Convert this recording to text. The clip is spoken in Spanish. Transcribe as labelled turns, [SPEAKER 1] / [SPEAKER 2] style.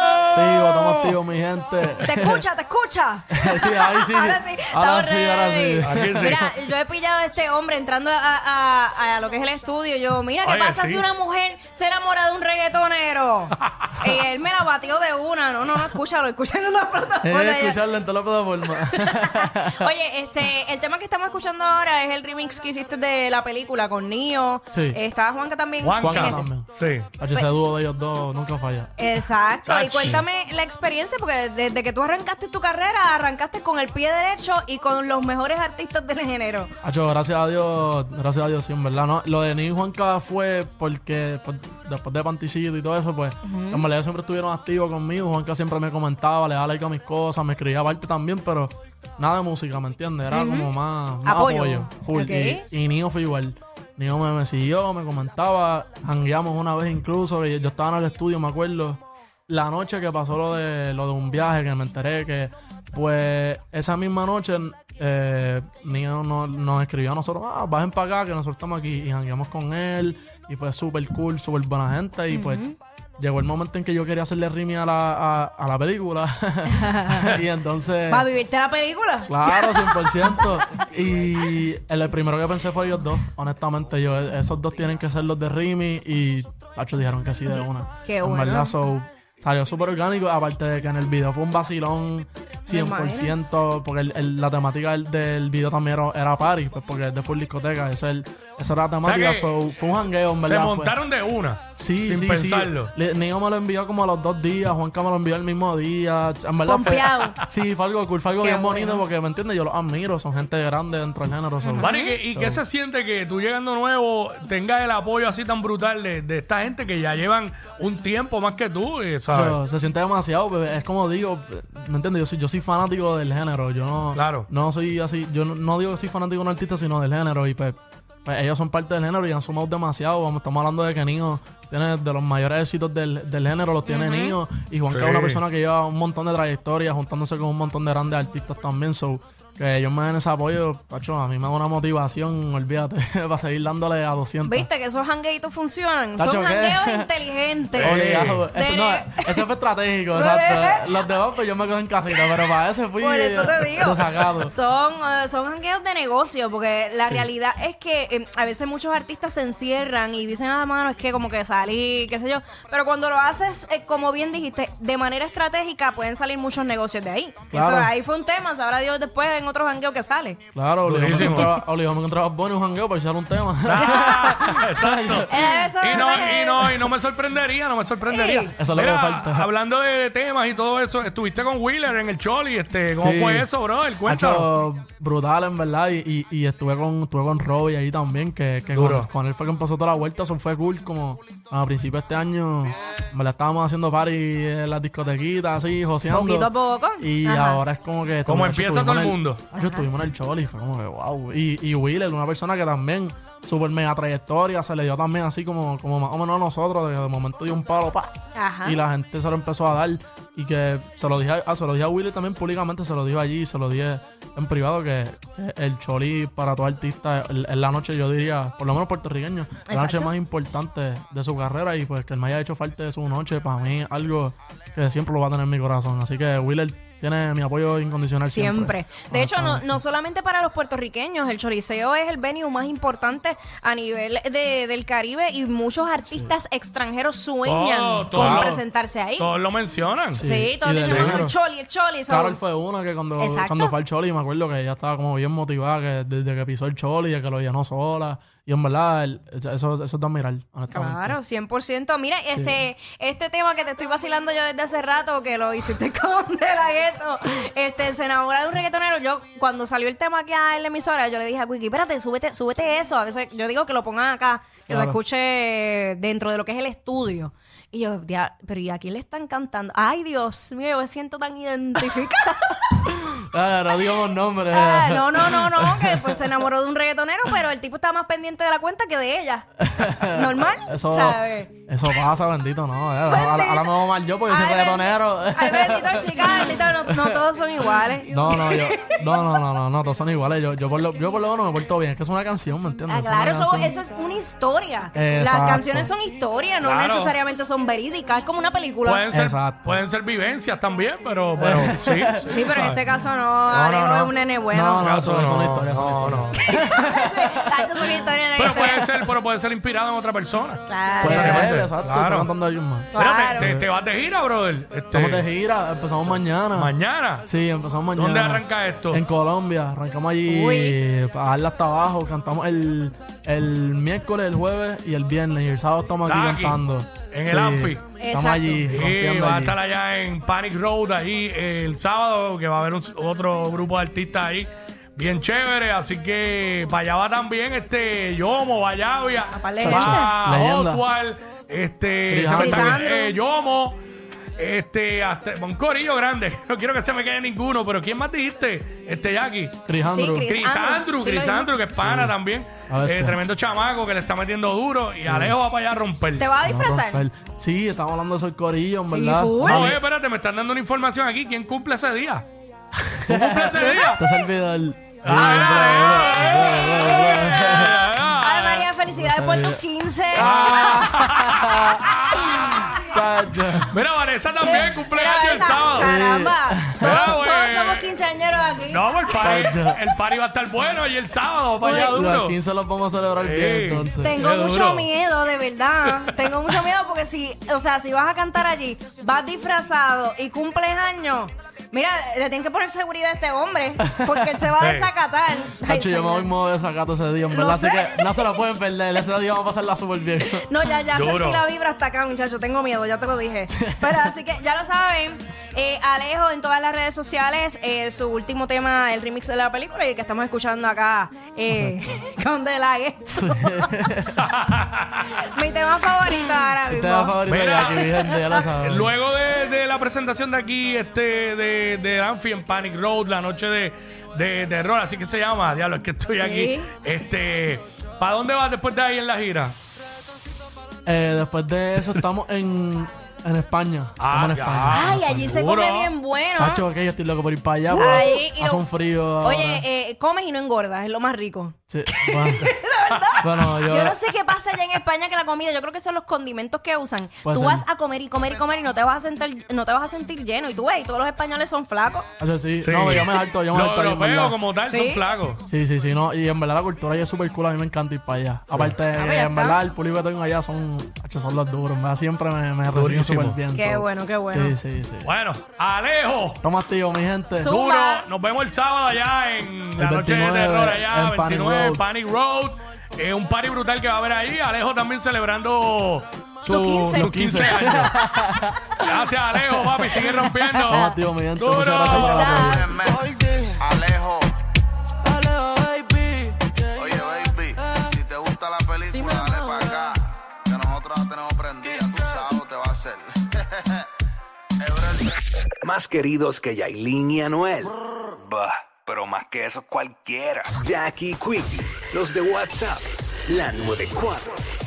[SPEAKER 1] activos, estamos activos, mi gente.
[SPEAKER 2] ¿Te escucha? ¿Te escucha?
[SPEAKER 1] Sí, ahí sí, sí.
[SPEAKER 2] Ahora sí,
[SPEAKER 1] Ahora
[SPEAKER 2] estamos
[SPEAKER 1] sí, ahora
[SPEAKER 2] ready.
[SPEAKER 1] sí.
[SPEAKER 3] Aquí sí.
[SPEAKER 2] Mira, yo he pillado a este hombre entrando a, a- a lo que es el estudio. Yo, mira, ¿qué
[SPEAKER 3] Oye,
[SPEAKER 2] pasa
[SPEAKER 3] sí.
[SPEAKER 2] si una mujer se enamora de un reggaetonero? y él me la batió de una. No, no, no, escúchalo, escúchalo en la
[SPEAKER 1] Tienes que
[SPEAKER 2] plataforma. Yo-
[SPEAKER 1] escucharlo en todas las plataformas.
[SPEAKER 2] Oye, este, el tema que estamos escuchando ahora es el remix que hiciste de la película con Nio.
[SPEAKER 1] Sí.
[SPEAKER 2] Estaba Juanca también. Este,
[SPEAKER 1] Juanca
[SPEAKER 3] Juanca.
[SPEAKER 1] también.
[SPEAKER 3] Sí.
[SPEAKER 1] Hacho, ese dúo de ellos dos nunca falla.
[SPEAKER 2] Exacto. Y
[SPEAKER 3] Tachi.
[SPEAKER 2] cuéntame la experiencia, porque desde que tú arrancaste tu carrera, arrancaste con el pie derecho y con los mejores artistas del género.
[SPEAKER 1] Hacho, gracias a Dios, gracias a Dios, sí, en verdad. No, lo de Ni Juanca fue porque por- después de Panticito y todo eso, pues, en verdad ellos siempre estuvieron activos conmigo. Juanca siempre me comentaba, le daba like a mis cosas, me escribía aparte también, pero nada de música, ¿me entiendes? Era como más, más
[SPEAKER 2] Apoyo.
[SPEAKER 1] apoyo. full.
[SPEAKER 2] Ok.
[SPEAKER 1] Y, y Nio fue igual. Nio me, me siguió, me comentaba, jangueamos una vez incluso, y yo estaba en el estudio, me acuerdo, la noche que pasó lo de, lo de un viaje, que me enteré que, pues, esa misma noche, eh, Nio nos, nos escribió a nosotros, ah, bajen para acá, que nosotros estamos aquí, y jangueamos con él, y fue súper cool, súper buena gente, y pues... Llegó el momento en que yo quería hacerle rimi a la, a, a la película. y entonces...
[SPEAKER 2] ¿Vas a vivirte la película?
[SPEAKER 1] Eh. Claro, 100%. y el, el primero que pensé fue ellos dos. Honestamente, yo, e- esos dos tienen que ser los de Rimi y Tacho dijeron que sí de una.
[SPEAKER 2] Qué
[SPEAKER 1] En
[SPEAKER 2] bueno.
[SPEAKER 1] verdad, so, salió súper orgánico, aparte de que en el video fue un vacilón 100%, porque el- el- la temática del, del video también era, era party, pues porque es de full discoteca, esa, el, esa era la temática,
[SPEAKER 3] que
[SPEAKER 1] so, fue un jangueo, en
[SPEAKER 3] Se
[SPEAKER 1] verdad. fue-
[SPEAKER 3] montaron de una.
[SPEAKER 1] Sí,
[SPEAKER 3] sin
[SPEAKER 1] sí,
[SPEAKER 3] pensarlo.
[SPEAKER 1] sí. Le- Neo me lo envió como a los dos días, Juanca me lo envió el mismo día. Ch- En verdad fue-
[SPEAKER 2] Pompeado.
[SPEAKER 1] Sí, fue algo cool, fue algo
[SPEAKER 2] Qué
[SPEAKER 1] bien bonito
[SPEAKER 2] bueno.
[SPEAKER 1] porque, ¿me entiendes? Yo los admiro, son gente grande dentro del género. son-
[SPEAKER 3] Vale, ¿y qué- ¿y qué se siente que tú llegando nuevo tengas el apoyo así tan brutal de, de esta gente que ya llevan un tiempo más que tú, eh, ¿sabes?
[SPEAKER 1] Yo- se siente demasiado, bebé. es como digo, ¿me entiendes? Yo soy, yo soy fanático del género, yo no,
[SPEAKER 3] Claro.
[SPEAKER 1] no soy así, yo no, no digo que soy fanático de un artista, sino del género y pues, pues, ellos son parte del género y han sumado demasiado, vamos, estamos hablando de que Nino tiene de los mayores éxitos del, del género, los tiene Nino y Juanca
[SPEAKER 3] Sí.
[SPEAKER 1] es una persona que lleva un montón de trayectoria juntándose con un montón de grandes artistas también, so que ellos me den ese apoyo, tacho, a mí me da una motivación, olvídate, para seguir dándole a 200.
[SPEAKER 2] ¿Viste que esos jangueitos funcionan?
[SPEAKER 1] Tacho,
[SPEAKER 2] Son
[SPEAKER 1] ¿qué? Eh,
[SPEAKER 2] jangueos inteligentes.
[SPEAKER 1] Obligado.
[SPEAKER 2] De-
[SPEAKER 1] Eso, no, eso fue estratégico, exacto. Los demás, pues yo me quedo en casita, pero para ese fui
[SPEAKER 2] Por eso te digo.
[SPEAKER 1] desacado.
[SPEAKER 2] Son, eh, son jangueos de negocio, porque la realidad es que eh, a veces muchos artistas se encierran y dicen, ah, mano, es que como que salí, qué sé yo. Pero cuando lo haces, eh, como bien dijiste, de manera estratégica, pueden salir muchos negocios de ahí.
[SPEAKER 1] Claro.
[SPEAKER 2] Eso ahí fue un tema, sabrá Dios después en otro jangueo que sale.
[SPEAKER 1] Claro, obligamos a
[SPEAKER 3] Durísimo.
[SPEAKER 1] encontrar- obligamos a encontrar a Bonnie un jangueo para echar un tema.
[SPEAKER 3] Ah, Exacto.
[SPEAKER 2] Eh, Eso
[SPEAKER 3] Y no,
[SPEAKER 2] es-
[SPEAKER 3] y no, y no me sorprendería, no me sorprendería.
[SPEAKER 2] Sí.
[SPEAKER 1] Eso es lo que
[SPEAKER 3] Mira,
[SPEAKER 1] me falta.
[SPEAKER 3] Hablando de temas y todo eso, estuviste con Wheeler en el Choli, este, ¿cómo
[SPEAKER 1] Sí.
[SPEAKER 3] fue eso, bro? El cuento.
[SPEAKER 1] Hacho, brutal, en verdad. Y, y, y estuve con estuve con Robbie ahí también, que, que
[SPEAKER 3] Duro.
[SPEAKER 1] con, con él fue que empezó toda la vuelta. Eso fue cool, como a principios de este año. Me la estábamos haciendo party en las discotequitas, así, joseando.
[SPEAKER 2] Poquito a poco.
[SPEAKER 1] Y
[SPEAKER 2] Ajá.
[SPEAKER 1] ahora es como que...
[SPEAKER 3] Como
[SPEAKER 1] hacho,
[SPEAKER 3] empieza
[SPEAKER 1] estuvimos
[SPEAKER 3] todo el
[SPEAKER 1] en
[SPEAKER 3] mundo.
[SPEAKER 1] hacho, estuvimos en el Choli, fue como que wow. Y, y Wheeler, una persona que también... Super mega trayectoria, se le dio también así como, como más o menos a nosotros, de, de momento dio un palo, pa,
[SPEAKER 2] Ajá.
[SPEAKER 1] y la gente se lo empezó a dar y que se lo dije a, ah, se lo dije a Willy también públicamente se lo dije allí se lo dije en privado que, que el choli para todo artista es es la noche yo diría por lo menos puertorriqueño es la
[SPEAKER 2] Exacto.
[SPEAKER 1] noche más importante de su carrera y pues que él me haya hecho falta de su noche para mí es algo que siempre lo va a tener en mi corazón así que Willer tiene mi apoyo incondicional siempre,
[SPEAKER 2] Siempre. De hecho, no, no solamente para los puertorriqueños, el choriceo es el venue más importante a nivel de- del Caribe y muchos artistas extranjeros sueñan
[SPEAKER 3] Oh,
[SPEAKER 2] con
[SPEAKER 3] todos-
[SPEAKER 2] presentarse ahí.
[SPEAKER 3] Todos lo mencionan.
[SPEAKER 2] sí,
[SPEAKER 1] Sí,
[SPEAKER 2] todos
[SPEAKER 1] y de
[SPEAKER 2] dicen, "Ah, el
[SPEAKER 1] negro.
[SPEAKER 2] choli, el choli. son-
[SPEAKER 1] Carol fue una que cuando,
[SPEAKER 2] Exacto.
[SPEAKER 1] cuando fue al Choli, me acuerdo que ella estaba como bien motivada que desde que pisó el Choli, de que lo llenó sola. Y en verdad, el- eso, eso es de admirar, honestamente.
[SPEAKER 2] Claro, 100%. Mira, este este tema que te estoy vacilando yo desde hace rato, que lo hiciste con De La Ghetto, este, se enamora de un reggaetonero. Yo, cuando salió el tema aquí a la emisora, yo le dije a Wiki, espérate, súbete, súbete eso. A veces yo digo que lo pongan acá, que se
[SPEAKER 1] Claro.
[SPEAKER 2] escuche dentro de lo que es el estudio. Y yo, "Ya, pero ¿y aquí le están cantando? Ay, Dios mío, me siento tan identificada.
[SPEAKER 1] Ah, no digamos nombres.
[SPEAKER 2] Ah, no, no, no, no, que pues se enamoró de un reggaetonero, pero el tipo estaba más pendiente de la cuenta que de ella. Normal,
[SPEAKER 1] Eso,
[SPEAKER 2] ¿sabes?
[SPEAKER 1] eso pasa, bendito, no. eh, ahora-
[SPEAKER 2] Bendito.
[SPEAKER 1] Ahora me voy mal yo porque soy
[SPEAKER 2] Ay,
[SPEAKER 1] reggaetonero.
[SPEAKER 2] bendi- Ay, bendito, chicas, bendito, no, no todos son iguales.
[SPEAKER 1] No, no, yo, no, no, no, no, no, todos son iguales. Yo, yo, por lo, yo por lo menos me porto bien. Es que es una canción, ¿me entiendes?
[SPEAKER 2] Ah,
[SPEAKER 1] Es una
[SPEAKER 2] claro, eso,
[SPEAKER 1] canción.
[SPEAKER 2] eso es una historia.
[SPEAKER 1] Exacto.
[SPEAKER 2] Las canciones son historia, no
[SPEAKER 3] Claro. Pues,
[SPEAKER 2] necesariamente son verídicas, es como una película.
[SPEAKER 3] Pueden ser,
[SPEAKER 1] Exacto.
[SPEAKER 3] pueden ser vivencias también, pero, pero sí.
[SPEAKER 2] Sí, pero en
[SPEAKER 3] ¿sabes?
[SPEAKER 2] este caso no, Alejo es un nene
[SPEAKER 1] No,
[SPEAKER 2] bueno.
[SPEAKER 1] no, eso, eso es una
[SPEAKER 3] No,
[SPEAKER 1] historia.
[SPEAKER 3] no, no.
[SPEAKER 2] Tacho, es una historia,
[SPEAKER 3] Pero pues,
[SPEAKER 2] una
[SPEAKER 3] puede
[SPEAKER 2] historia.
[SPEAKER 3] ser, pero puede ser inspirado en otra persona.
[SPEAKER 2] Claro.
[SPEAKER 1] Pues,
[SPEAKER 3] Puede ser.
[SPEAKER 1] exacto,
[SPEAKER 3] Claro.
[SPEAKER 1] estoy cantando a alguien más.
[SPEAKER 3] Espérame,
[SPEAKER 2] Claro.
[SPEAKER 3] te, te vas de gira, brother. Este,
[SPEAKER 1] Estamos de gira, empezamos mañana.
[SPEAKER 3] Mañana.
[SPEAKER 1] Sí, empezamos mañana.
[SPEAKER 3] ¿Dónde arranca esto?
[SPEAKER 1] En Colombia, arrancamos allí
[SPEAKER 2] Uy.
[SPEAKER 1] para darle hasta abajo, cantamos el, el miércoles, el jueves y el viernes, y el sábado estamos aquí
[SPEAKER 3] Está aquí,
[SPEAKER 1] cantando.
[SPEAKER 3] en el Anfi.
[SPEAKER 1] Estamos
[SPEAKER 2] Exacto.
[SPEAKER 1] allí,
[SPEAKER 3] Sí,
[SPEAKER 1] rompiendo
[SPEAKER 3] va a
[SPEAKER 1] allí.
[SPEAKER 3] estar allá en Panic Road ahí eh, el sábado, que va a haber un- otro grupo de artistas ahí. Bien chévere, así que para allá va también este Yomo, Vallavia,
[SPEAKER 2] par de
[SPEAKER 3] va
[SPEAKER 1] gente. Leyenda.
[SPEAKER 3] Oswald, este
[SPEAKER 1] Crisandro.
[SPEAKER 3] se me está-
[SPEAKER 2] Crisandro.
[SPEAKER 3] eh, Yomo, este hasta, un corillo grande. No quiero que se me quede ninguno, pero ¿quién más dijiste? Este Jackie.
[SPEAKER 1] Crisandro.
[SPEAKER 2] Sí, Cris-
[SPEAKER 3] Crisandro,
[SPEAKER 2] Crisandro, sí lo
[SPEAKER 3] Crisandro, que es pana también.
[SPEAKER 1] A ver,
[SPEAKER 3] Eh,
[SPEAKER 1] este.
[SPEAKER 3] tremendo chamaco que le está metiendo duro. Y Alejo va para allá a romper.
[SPEAKER 2] ¿Te vas a
[SPEAKER 1] Vamos a
[SPEAKER 2] disfrazar?
[SPEAKER 1] romper. Sí, estamos hablando de esos corillos, en
[SPEAKER 2] Sí,
[SPEAKER 1] verdad.
[SPEAKER 2] full.
[SPEAKER 3] No,
[SPEAKER 1] Mami,
[SPEAKER 3] oye, espérate, me están dando una información aquí. ¿Quién cumple ese día? ¿Tú cumple ese día?
[SPEAKER 1] Te has olvidado este el... pues,
[SPEAKER 3] Ah, ah, ah,
[SPEAKER 2] Ay, María, felicidades por
[SPEAKER 1] Pues,
[SPEAKER 2] tus 15.
[SPEAKER 3] Ah.
[SPEAKER 1] Chacho.
[SPEAKER 3] eh. Mira, Vanessa también cumple años el
[SPEAKER 2] Mira,
[SPEAKER 3] sábado.
[SPEAKER 2] Caramba.
[SPEAKER 3] Mira,
[SPEAKER 2] Todos,
[SPEAKER 3] güey.
[SPEAKER 2] todos somos quinceañeros aquí.
[SPEAKER 3] No, pero el party,
[SPEAKER 1] Chacho.
[SPEAKER 3] el party va a estar bueno y el sábado para allá
[SPEAKER 1] Los
[SPEAKER 3] Pues duro.
[SPEAKER 1] 15 los vamos a celebrar
[SPEAKER 3] Sí.
[SPEAKER 1] bien, entonces.
[SPEAKER 2] Tengo
[SPEAKER 3] Qué duro.
[SPEAKER 2] mucho miedo, de verdad. Tengo mucho miedo porque si, o sea, si vas a cantar allí, vas disfrazado y cumples años. Mira, le tienen que poner seguridad a este hombre porque él se va a
[SPEAKER 3] Sí.
[SPEAKER 2] desacatar. Ay,
[SPEAKER 1] Chacho, yo me
[SPEAKER 2] señor.
[SPEAKER 1] voy en modo desacato ese día, en
[SPEAKER 2] Lo
[SPEAKER 1] verdad. Así
[SPEAKER 2] sé.
[SPEAKER 1] que no se lo pueden perder. Ese día va a pasarla súper bien.
[SPEAKER 2] No, ya, ya
[SPEAKER 3] Duro.
[SPEAKER 2] sentí la vibra hasta acá, muchachos. Tengo miedo, ya te lo dije. Pero así que ya lo saben. eh, Alejo en todas las redes sociales, eh, su último tema, el remix de la película y el que estamos escuchando acá eh, con The Lague. Mi tema favorito ahora
[SPEAKER 1] Este es la
[SPEAKER 2] mismo.
[SPEAKER 1] favorita de
[SPEAKER 3] Mira.
[SPEAKER 1] Jackie, mi gente, ya lo saben.
[SPEAKER 3] Luego de, de la presentación de aquí, este, de, de Anfi en Panic Road, la noche de, de terror, así que se llama, diablo, es que estoy
[SPEAKER 2] Sí.
[SPEAKER 3] aquí. Este, ¿para dónde vas después de ahí en la gira?
[SPEAKER 1] Eh, después de eso estamos en, en España.
[SPEAKER 3] Ah,
[SPEAKER 1] Estamos en
[SPEAKER 3] ya.
[SPEAKER 1] España.
[SPEAKER 2] Ay, allí se
[SPEAKER 3] Seguro.
[SPEAKER 2] come bien bueno. ¿ah?
[SPEAKER 1] Chacho, que yo estoy loco por ir para allá.
[SPEAKER 2] Ahí,
[SPEAKER 1] porque
[SPEAKER 2] y
[SPEAKER 1] hace
[SPEAKER 2] lo-
[SPEAKER 1] un frío. ahora.
[SPEAKER 2] Oye, eh, comes y no engordas, es lo más rico.
[SPEAKER 1] Sí, bueno. Bueno, yo.
[SPEAKER 2] Yo no sé qué pasa allá en España que la comida, yo creo que son los condimentos que usan.
[SPEAKER 1] Puede
[SPEAKER 2] tú
[SPEAKER 1] ser.
[SPEAKER 2] vas a comer y comer y comer y no te vas a sentir, no te vas a sentir lleno. Y tú ves, y todos los españoles son flacos.
[SPEAKER 1] Chacho, sí.
[SPEAKER 3] Sí.
[SPEAKER 1] No, yo me harto, yo me
[SPEAKER 3] Los
[SPEAKER 1] harto. ahí, en
[SPEAKER 3] europeos
[SPEAKER 1] verdad.
[SPEAKER 3] como tal son
[SPEAKER 2] Sí.
[SPEAKER 3] flacos.
[SPEAKER 1] Sí, sí, sí, no. Y en verdad la cultura allá es súper cool, a mí me encanta ir para allá. Aparte,
[SPEAKER 2] Ah, pues ya
[SPEAKER 1] en
[SPEAKER 2] está.
[SPEAKER 1] verdad el público que tengo allá son, chacho, son los duros, en verdad siempre me, me reciben
[SPEAKER 3] Durísimo.
[SPEAKER 1] súper bien.
[SPEAKER 2] Qué
[SPEAKER 1] so.
[SPEAKER 2] bueno, qué bueno.
[SPEAKER 1] Sí, sí, sí.
[SPEAKER 3] Bueno, Alejo,
[SPEAKER 1] Estamos activos, mi gente.
[SPEAKER 2] Su-
[SPEAKER 3] duro.
[SPEAKER 2] Zumba.
[SPEAKER 3] Nos vemos el sábado allá en la noche de
[SPEAKER 1] 29
[SPEAKER 3] terror allá,
[SPEAKER 1] en Panic
[SPEAKER 3] 29
[SPEAKER 1] Road.
[SPEAKER 3] Panic Road. Eh, un party brutal que va a haber ahí. Alejo también celebrando
[SPEAKER 2] Su
[SPEAKER 3] sus
[SPEAKER 2] 15.
[SPEAKER 3] 15 años. Gracias, Alejo, papi. Sigue rompiendo.
[SPEAKER 1] Estamos activos, mi gente.
[SPEAKER 3] Duro.
[SPEAKER 1] Muchas gracias por el apoyo.
[SPEAKER 2] Está.
[SPEAKER 4] Alejo.
[SPEAKER 5] Alejo, baby.
[SPEAKER 4] Oye, baby, si te gusta la película, dale para acá. Que nosotros la tenemos prendida, tú sabes, te va a hacer. Ebro el-
[SPEAKER 6] Más queridos que Yailin y Anuel. Bah, pero más que eso cualquiera. Jackie Quickie, los de WhatsApp, la 94.